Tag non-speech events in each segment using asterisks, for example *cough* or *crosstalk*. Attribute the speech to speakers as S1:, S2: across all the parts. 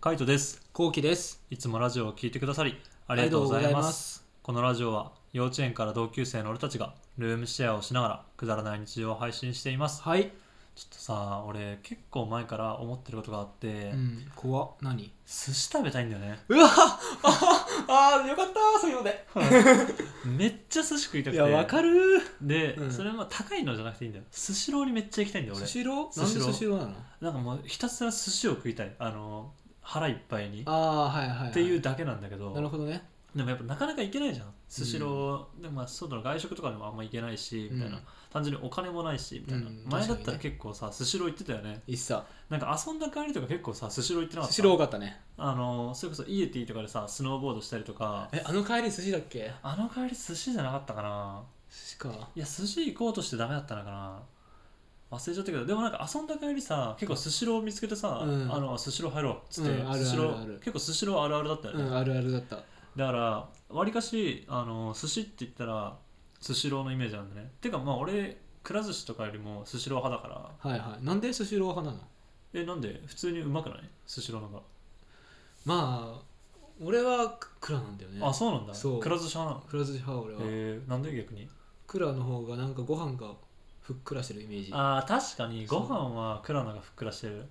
S1: カイトです
S2: こうきです
S1: いつもラジオを聞いてくださりあ
S2: あ
S1: りがとうございます
S2: す
S1: このラジオは幼稚園から同級生の俺たちがルームシェアをしながらくだらない日常を配信しています
S2: はい、
S1: ちょっとさ俺結構前から思ってることがあって、
S2: うん、怖っ何
S1: 寿司食べたいんだよ *laughs* ね
S2: うわああーよかったそういうので
S1: めっちゃ寿司食いたくて
S2: る
S1: で、
S2: うん
S1: それまあ高いのじゃなくていいんだよスシローにめっちゃ行きたいんだよ
S2: ス
S1: 俺
S2: シロー
S1: ス
S2: なん
S1: シ
S2: で
S1: ロー
S2: スシローなの
S1: なんかもうひたすら寿司を食いたいあの腹いっぱいにっ
S2: ああーはいはい、はい、
S1: ていうだけなんだけど
S2: なるほどね
S1: でもやっぱなかなか行けないじゃんスシロー、でもまあ外の外食とかでもあんま行けないしみたいな、
S2: うん
S1: 単純にお金もないしみたいな、
S2: うん
S1: 前だった
S2: 確からにね
S1: 結構さスシロー行ってたよね
S2: いっさ
S1: なんか遊んだ帰りとか結構さスシロー行ってなかっ
S2: ス
S1: た
S2: シロー多かったね
S1: あのそれこそイエティとかでさスノーボードしたりとか
S2: えあの帰り寿司だっけ
S1: あの帰り寿司じゃなかったかな
S2: 寿司か
S1: いや寿司行こうとしてダメだったのかな忘れちゃったけどでもなんか遊んだ帰りさ結構スシロー見つけてさ、
S2: うん
S1: あのスシロー入ろうっつって、
S2: うんあるある
S1: スシロー
S2: あるある
S1: 結構スシローあるあるだったよ
S2: う
S1: ね、
S2: んあるあるだった
S1: だからわりかしあの寿司って言ったらスシローのイメージなんだねてかまあ俺くら寿司とかよりもスシロー派だから
S2: はいはいなんでスシロー派なの
S1: えなんで普通にうまくないスシローの方が、
S2: まあ俺はく蔵なんだよね
S1: あそうなんだ
S2: そう
S1: くら寿司派
S2: くら寿司派は俺
S1: な
S2: は
S1: のえー、なんで逆に
S2: 蔵の方がなんかご飯がふっくらしてるイメージあ
S1: あー確かに
S2: そ
S1: ご
S2: う
S1: 飯はクラのがふっくらしてる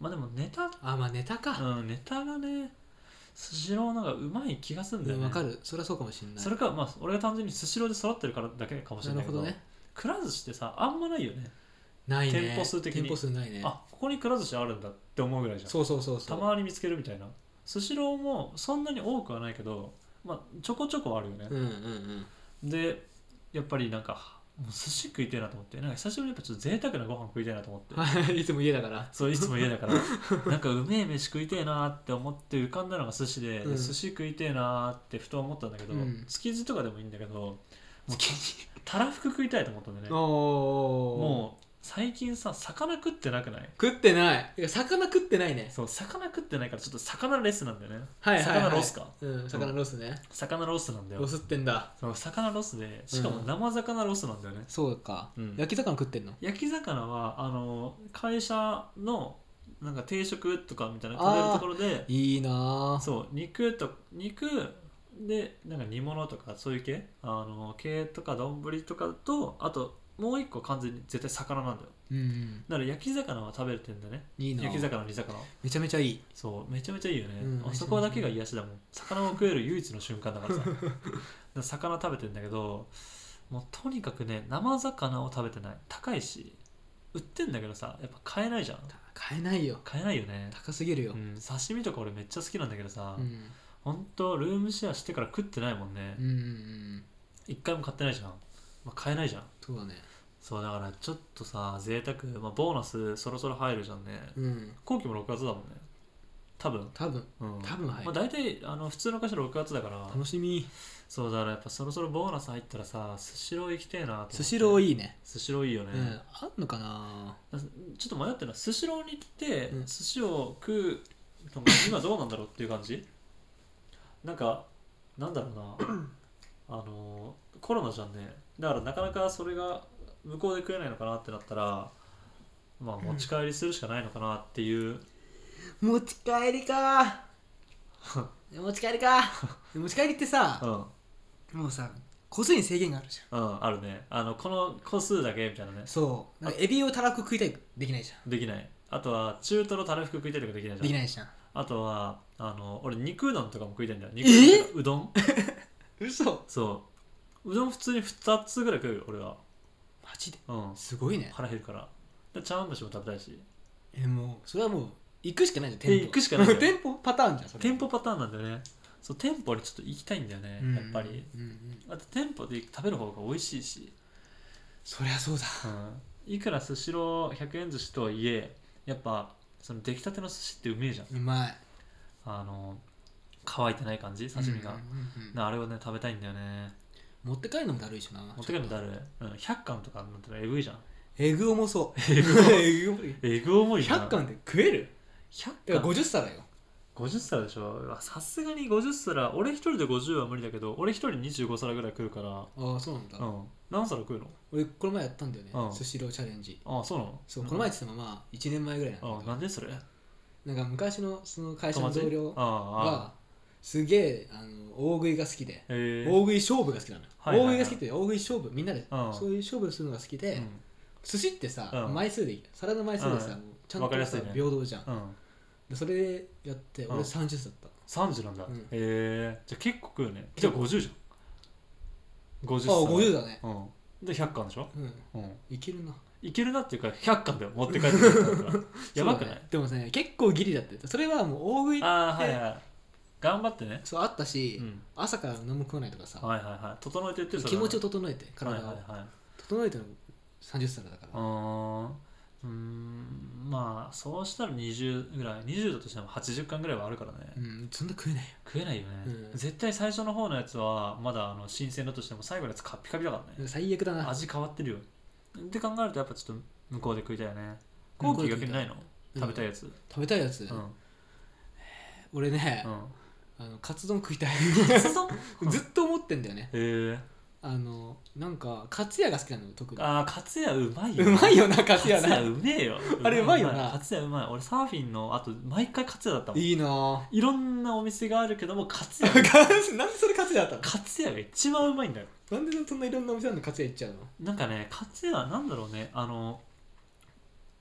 S1: まあでもネタ
S2: あまあネタか、
S1: うん、ネタがね、スシローの方がうまい気がするんだ
S2: う
S1: よ
S2: ん
S1: ね。
S2: わかるそりゃそうかもしんない
S1: それか、まあ、俺が単純にスシローで揃ってるからだけかもしれ
S2: な
S1: な
S2: る
S1: いけ
S2: ほ
S1: ど、
S2: どね
S1: くら寿司ってさ、あんまないよね。
S2: ないね
S1: 店舗数的に
S2: 店舗数ないね
S1: あここにくら寿司あるんだって思うぐらいじゃん。
S2: そうそうそうそ
S1: た
S2: う
S1: まに見つけるみたいな。スシローもそんなに多くはないけど、まあ、ちょこちょこあるよね
S2: う。んうんうん
S1: で、やっぱりなんか、もう寿司食いたいなと思って、なんか久しぶりにやっぱちょっと贅沢なご飯食いたいなと思って。
S2: はいいつも家だから
S1: そういつも家だから
S2: *laughs*
S1: なんかうめえ飯食いてえなーって思って浮かんだのが寿司で,で、
S2: うん
S1: 寿司食いてえなーってふと思ったんだけど、
S2: うん
S1: 築地とかでもいいんだ
S2: *laughs*
S1: けどもうたらふく食いたいと思ったんだよね
S2: おお
S1: もう最近さ魚食ってなくない
S2: 食ってないてか魚食ってないね
S1: そう魚食ってないからちょっと魚レスなんだよね、
S2: はいはい、はい、
S1: 魚ロスか
S2: うん魚ロスね、
S1: 魚ロスなんだよ
S2: ロスってんだ
S1: そう魚ロスでしかも
S2: うん
S1: 生魚ロスなんだよね、
S2: そうか、
S1: うん
S2: 焼き魚食ってんの
S1: 焼き魚はあの会社のなんか定食とかみたいな
S2: あー
S1: 食べるところで
S2: いいなあ
S1: そう肉と肉でなんか煮物とかそういう系あの系とか丼とかとあともう一個完全に絶対魚なんだよ
S2: うんうん
S1: だから焼き魚は食べれてんだね
S2: いいなあ
S1: 焼き魚煮魚
S2: めちゃめちゃいい
S1: そうめちゃめちゃいいよね、
S2: うん
S1: あそこだけが癒しだもん魚を食える唯一の瞬間だからさ *laughs* だから魚食べてんだけどもうとにかくね生魚を食べてない高いし売ってんだけどさやっぱ買えないじゃん
S2: 買えないよ
S1: 買えないよね、
S2: 高すぎるよ
S1: う、ん、刺身とか俺めっちゃ好きなんだけどさ、
S2: うん
S1: ほんとルームシェアしてから食ってないもんね
S2: うんうんうん
S1: 一、回も買ってないじゃん、まあ、買えないじゃん
S2: そうだね
S1: そうだからちょっとさ贅沢まあボーナスそろそろ入るじゃんね
S2: うん
S1: 後期も6月だもんね多分
S2: 多分
S1: うん
S2: 多分入る
S1: まあ、大体あの普通の会社6月だから
S2: 楽しみ
S1: そうだからやっぱそろそろボーナス入ったらさスシロー行きてえなと思って
S2: スシロー
S1: い
S2: いいね
S1: スシローいいよね
S2: う、んあんのかな
S1: ちょっと迷ってるのはスシローに行って、
S2: うん
S1: 寿司を食うの
S2: *coughs*
S1: が今どうなんだろうっていう感じなんかなんだろう
S2: *coughs*
S1: なあのコロナじゃんねだからなかなかそれが向こうで食えないのかなってなったらまあ持ち帰りするしかないのかなっていう、
S2: 持ち帰り *laughs* か持ち帰りか持ち帰りって
S1: う
S2: さ
S1: ん
S2: もうさ個数に制限があるじゃ
S1: うん、あるねあのこの個数だけみたいなね
S2: んそうなんかエビをたらふく食いたいできないじゃ
S1: できないあとは中トロたらふく食いたいとかできない
S2: ん
S1: じゃん
S2: できないじゃん
S1: あとはあの俺肉うどんとかも食いたいんだよ
S2: え
S1: 肉うどんとかうどん
S2: 嘘
S1: そううどん普通に2つぐらい食うよ俺は
S2: マジで
S1: うん
S2: すごいね
S1: 腹減るからで茶碗蒸しも食べたいし
S2: えもうそれはもう行くしかないじゃん
S1: え行くしかないよ
S2: *laughs* 店舗パターンじゃんそれ
S1: 店舗パターンなんだよねそう店舗にちょっと行きたいんだよね、
S2: うん
S1: やっぱり
S2: うんうん
S1: あと店舗で食べる方が美味しいし、
S2: そりゃそうだ
S1: うん、いくらスシロー100円寿司とはいえやっぱその出来たての寿司ってうめえじゃん
S2: うまい
S1: あの乾いてない感じ刺身が、
S2: うんうんうん
S1: なあれをね食べたいんだよね
S2: 持って帰るのもだるいしな
S1: 持って帰るの誰、うん、100貫とかなんてのえぐいじゃん
S2: えぐ重そう *laughs*
S1: えぐ重
S2: えぐ重 *laughs* い
S1: えぐ重いじゃん
S2: 100貫で食える
S1: 100貫
S2: だから50皿よ
S1: 50皿でしょうわさすがに50皿俺一人で50は無理だけど俺一人25皿ぐらい食うか
S2: ああそうなんだ
S1: らうん何皿食うの
S2: 俺この前やったんだよね
S1: うん
S2: スシローチャレンジ
S1: ああそうなの
S2: そうこの前って言ってもまあ1年前ぐらいなんだ
S1: ああなんでそれ
S2: なんか昔のその会社の
S1: 友達
S2: 同僚
S1: あ
S2: がすげえあの大食いが好きで
S1: あええ
S2: 大食い勝負が好きなのよ、
S1: はいはいはい
S2: 大食いが好きって大食い勝負みんなで
S1: うん
S2: そういう勝負するのが好きで、
S1: うん
S2: 寿司ってさ、
S1: うん
S2: 枚数でいい皿の枚数でさ、
S1: うん
S2: ちゃん
S1: わかり
S2: と
S1: やす
S2: さ、
S1: いね
S2: 平等じゃん、
S1: うん、
S2: でそれでやって
S1: うん
S2: 俺30歳だった、
S1: 30なんだ、
S2: うん
S1: へえじゃあ結構食うねじゃあ50じゃん50
S2: ああ
S1: 皿
S2: 50だね
S1: うんで100巻でしょ、
S2: うん
S1: うん、
S2: いけるない
S1: けるなっていうか100巻だよ持って帰ってくるん *laughs* だからやばくない、
S2: そうだねでもね結構ギリだってそれはもう大食い
S1: ああはいはい頑張ってね、
S2: そうあったし、
S1: うん、
S2: 朝から何も食わないとかさ、
S1: はいはいはい整えてって
S2: 気持ちを
S1: と
S2: 整えて体を、
S1: はいはいはい
S2: 整えての30歳だから、
S1: うーんまあそうしたら20ぐらい20だとしても80巻ぐらいはあるからね、
S2: うん、そんな食えないよ
S1: 食えないよね、
S2: うん
S1: 絶対最初の方のやつはまだあの新鮮だとしても最後のやつカッピカピだからね、
S2: 最悪だな
S1: 味変わってるよって考えるとやっぱちょっと向こうで食いたいよね後期逆にないの
S2: うん
S1: 食べたいやつ
S2: 食べたいやつ、
S1: うん、うん
S2: 俺ね、
S1: うん、
S2: あのカツ丼食いたい
S1: *laughs* うん
S2: ずっと思ってんだよね
S1: えー、
S2: あのなんかカツヤが好きなのよ特に
S1: あーカツヤうまいよ
S2: *laughs* うまいよな
S1: カ
S2: カツ
S1: ツ
S2: ヤ
S1: ヤ
S2: な
S1: うめえよ
S2: あれうまいよな
S1: カツヤうまい俺サーフィンのあと毎回カツヤだったもん
S2: いいなぁ
S1: いろんなお店があるけどもカツヤ
S2: *laughs* なんでそれカツヤだった
S1: カツヤが一番うまいんだよ
S2: のなんでそんないろんなお店あるのカツヤ行っちゃうの
S1: なんかねカツヤはなんだろうねあの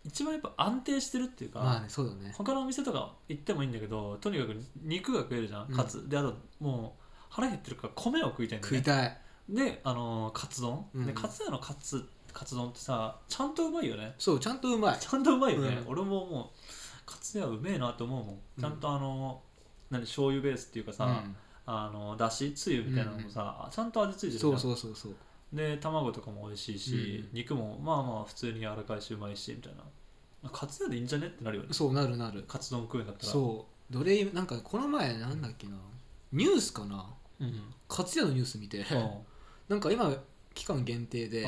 S1: 一番やっぱ安定してるっていうか、
S2: まあねそうだね
S1: 他のお店とか行ってもいいんだけどとにかく肉が食えるじゃん
S2: うん
S1: カツ、であともう腹減ってるから米を食いたいんだよ
S2: 食
S1: ね
S2: いたい
S1: であのーカツ丼、
S2: うん
S1: でカツ屋のカツカツ丼ってさちゃんとうまいよね
S2: そうちゃんとうまい
S1: ちゃんとうまいよね、
S2: うん
S1: 俺ももうカツ屋うめえなと思うもん
S2: うん
S1: ちゃんとあのー、何醤油ベースっていうかさ、
S2: うん
S1: あのーだしつゆみたいなのもさ、あちゃんと味ついてるじゃ
S2: そ
S1: ん
S2: うそうそうそう
S1: で卵とかも美味しいし、
S2: う
S1: 肉もまあまあ普通に柔らかいしうまいしみたいなカツ屋でいいんじゃねってなるよね
S2: そうなるなる
S1: カツ丼食うんだったら
S2: そうどれなんかこの前なんだっけなニュースかな
S1: うん、うん
S2: カツヤのニュース見て *laughs* なんか今期間限定で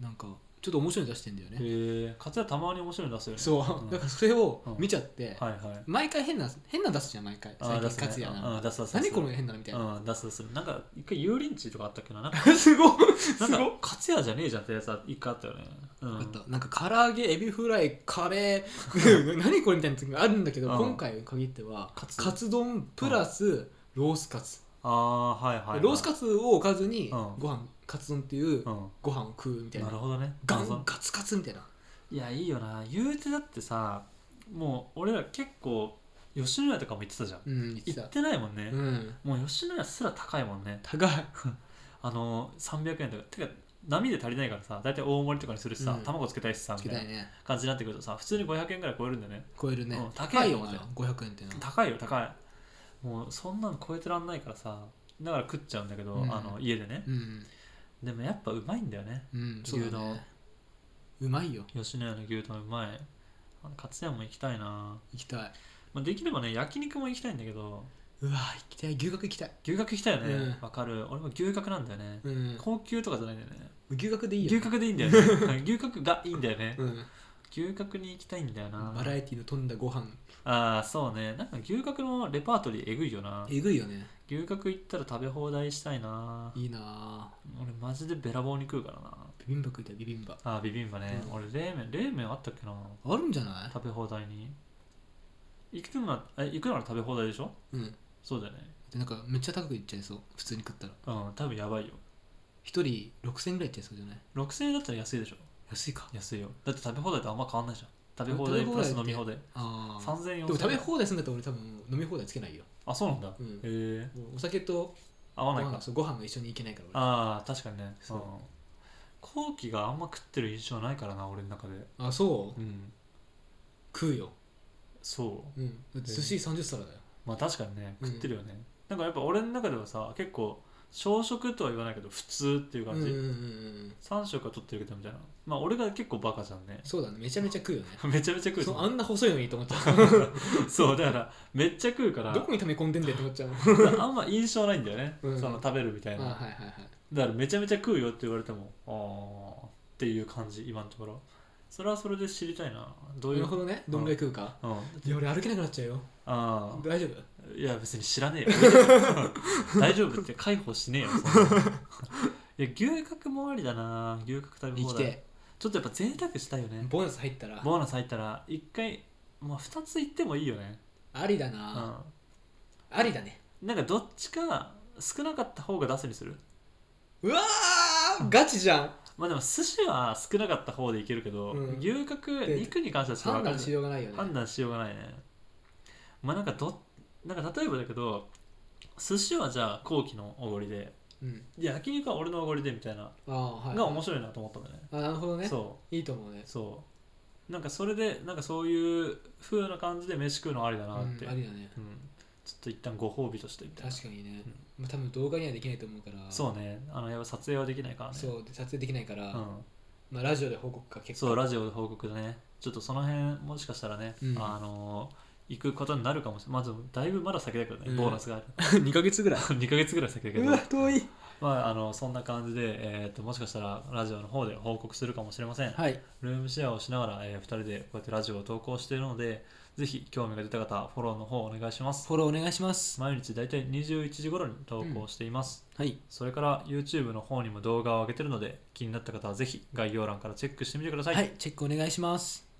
S1: うん
S2: なんかちょっと面白いの出してんだよね
S1: へえカツ屋たまに面白いの出すよね
S2: そう、
S1: ん
S2: だからそれを見ちゃって、
S1: はいはい
S2: 毎回変な変なの出すじゃん毎回
S1: あ
S2: 最
S1: ー出
S2: 近
S1: す
S2: カツヤな、
S1: ねうん出す出す出す
S2: 何この変なのみたいな、
S1: うん出す出すなんか一回油淋鶏とかあったっけどなん *laughs* か
S2: すごっ
S1: な
S2: *laughs* す
S1: ん
S2: ごっ
S1: かカツ屋じゃねえじゃんってやつは一回あったよねうん
S2: あったなんか唐揚げエビフライカレー *laughs* 何これみたいな時があるんだけど、
S1: うん
S2: 今回に限っては
S1: カ
S2: カ
S1: ツ
S2: ツ丼プラスロースカツ、
S1: ああはいはい、はい、
S2: ロースカツをおかずに
S1: うん
S2: ご飯カツ丼っていう
S1: うん
S2: ご飯を食うみたいな
S1: なるほどね
S2: ガ
S1: なるほ
S2: ン
S1: ど
S2: ガツカツみたいない
S1: やいいよな言うてだってさもう俺ら結構吉野家とかも行ってたじゃん
S2: うん言って
S1: 行
S2: た
S1: ってないもんね
S2: う、ん
S1: もう吉野家すら高いもんね
S2: 高い
S1: あの300円とかてか波で足りないからさ大体大盛りとかにするしさ、
S2: うん
S1: 卵つけたいしさ
S2: つ
S1: みた
S2: けた
S1: い
S2: い
S1: な
S2: ね
S1: 感じになってくるとさ普通に500円ぐらい超えるんだよね
S2: 超えるね、
S1: うん高い
S2: 高いよ
S1: と思う
S2: な
S1: よ
S2: 500円ってな
S1: 高いよ高いもうそんなの超えてらんないからさだから食っちゃうんだけど、
S2: うん
S1: あの家でね
S2: うん
S1: でもやっぱうまいんだよね
S2: うんそうだ
S1: 牛丼
S2: ねうまいよ
S1: 吉野家の牛丼うまいあのカツ屋も行きたいな、
S2: 行きたい
S1: まあ、できればね焼肉も行きたいんだけど
S2: うわ行きたい牛角行きたい
S1: 牛角行きたいよね
S2: うん
S1: わ、かる俺も牛角なんだよね、
S2: うん
S1: 高級とかじゃないんだよね
S2: 牛角でいいよ
S1: 牛角でいいんだよね *laughs* 牛角がいいんだよね
S2: うん
S1: 牛角に行きたいんだよな
S2: バラエティの飛んだご飯
S1: ああそうねなんか牛角のレパートリーえぐいよな
S2: えぐいよね
S1: 牛角行ったら食べ放題したいない
S2: いなぁ
S1: 俺マジでべらぼうに食うからな
S2: ビビンバ食いたいビビンバ
S1: あービビンバね、
S2: うん
S1: 俺冷麺冷麺あったっけな
S2: あるんじゃな
S1: 食べ放題に行くならえ行くなら食べ放題でしょ
S2: いうん
S1: そうだよね
S2: でなんかめっちゃ高くいっちゃいそう普通に食ったら
S1: うん多分やばいよ
S2: 一人6000円ぐらいいっちゃいそうじゃない
S1: 6000円だったら安いでしょ
S2: 安いか
S1: 安いよだって食べ放題とあんま変わんないじゃん食べ放題プラス飲み放題
S2: ああ
S1: 3000
S2: で
S1: 円
S2: も食べ放題するんだったら俺多分飲み放題つけないよ
S1: あそうなんだ、
S2: うん
S1: へえ
S2: もうお酒と
S1: 合
S2: ご
S1: わないか
S2: 飯そうご飯が一緒にいけないから俺
S1: ああ確かにね
S2: そう
S1: うん後期があんま食ってる印象ないからな俺の中で
S2: あそう
S1: うん
S2: 食うよ、
S1: そう
S2: うん、だって寿司30皿だよ
S1: まあ確かにね
S2: うん
S1: 食ってるよね、なんかやっぱ俺の中ではさ結構小食とは言わないけど普通っていう
S2: うん
S1: 感
S2: うん
S1: じ、
S2: うんうん
S1: 3食は取ってるけどみたいなまあ俺が結構バカじゃんね
S2: そうだねめちゃめちゃ食うよね
S1: *laughs* めちゃめちゃ食うじ
S2: そ
S1: ゃ
S2: うんあんな細いのにと思っちゃ
S1: そうだからめっちゃ食うか
S2: う
S1: ら
S2: どこに溜め込んでんだよと思っちゃう
S1: あんま印象ないんだよね、
S2: うん
S1: その食べるみたい
S2: あ
S1: な、
S2: はいはいはい
S1: だからめちゃめちゃ食うよって言われてもああっていう感じ今のところそれはそれで知りたいなどう
S2: ないる
S1: う
S2: ほどねどんぐらい食うか
S1: うん、あ
S2: いや俺歩けなくなっちゃうよ
S1: あ
S2: 大丈夫
S1: いや別に知らねえよ *laughs* 大丈夫って解放しねえよ
S2: *laughs*
S1: そんなのいや牛角もありだな牛角食べ
S2: 生
S1: 放
S2: き
S1: 題
S2: て
S1: ちょっとやっぱ贅沢したいよね
S2: ボーナス入ったら
S1: ボーナス入ったら一回まあ2つ行ってもいいよね
S2: ありだ
S1: う
S2: な、
S1: ん
S2: ありだね
S1: なんかどっちか少なかった方が出すにする
S2: うわーガチじゃん
S1: まあでも寿司は少なかった方でいけるけど、
S2: うん
S1: 牛角
S2: で
S1: 肉に関してはちょっと
S2: 判
S1: 分かん
S2: 断
S1: ない
S2: しようがないよね
S1: 判断しようがないねまあなんかどなんか例えばだけど寿司はじゃあ後期のおごりで
S2: うん
S1: で焼肉は俺のおごりでみたいな
S2: ああはい
S1: が面白いなと思ったんだね、
S2: あなるほどね
S1: そ
S2: いいと思うね
S1: うそうなんかそれでなんかそういう風な感じで飯食うのありだ
S2: う
S1: なって、う
S2: ん
S1: ん
S2: ありだね
S1: ちょっと一旦ご褒美としてみたいな
S2: 確かにね、まあ、多分動画にはできないと思うから
S1: そうねあのやっぱ撮影はできないからね
S2: そうで撮影できないか
S1: う
S2: ら、
S1: ん
S2: まあ、ラジオで報告か結構
S1: そうラジオで報告だねちょっとその辺もしかしたらね、
S2: うん
S1: あの行くことになるかもしれないまずだいぶまだ先だけどね、
S2: うん
S1: ボーナスがある
S2: *laughs* 2
S1: *laughs*
S2: ヶ月ぐらい
S1: 2ヶ月ぐらい先だけど
S2: うわ遠い
S1: まああのそんな感じで、えー、ともしかしたらラジオの方で報告するかもしれません、
S2: はい
S1: ルームシェアをしながら、え2人でこうやってラジオを投稿しているのでぜひ興味が出た方フォローの方お願いします
S2: フォローお願いします
S1: 毎日だいたい21時頃に投稿しています、
S2: はい
S1: それから YouTube の方にも動画を上げてるので気になった方はぜひ概要欄からチェックしてみてください、
S2: はいチェックお願いします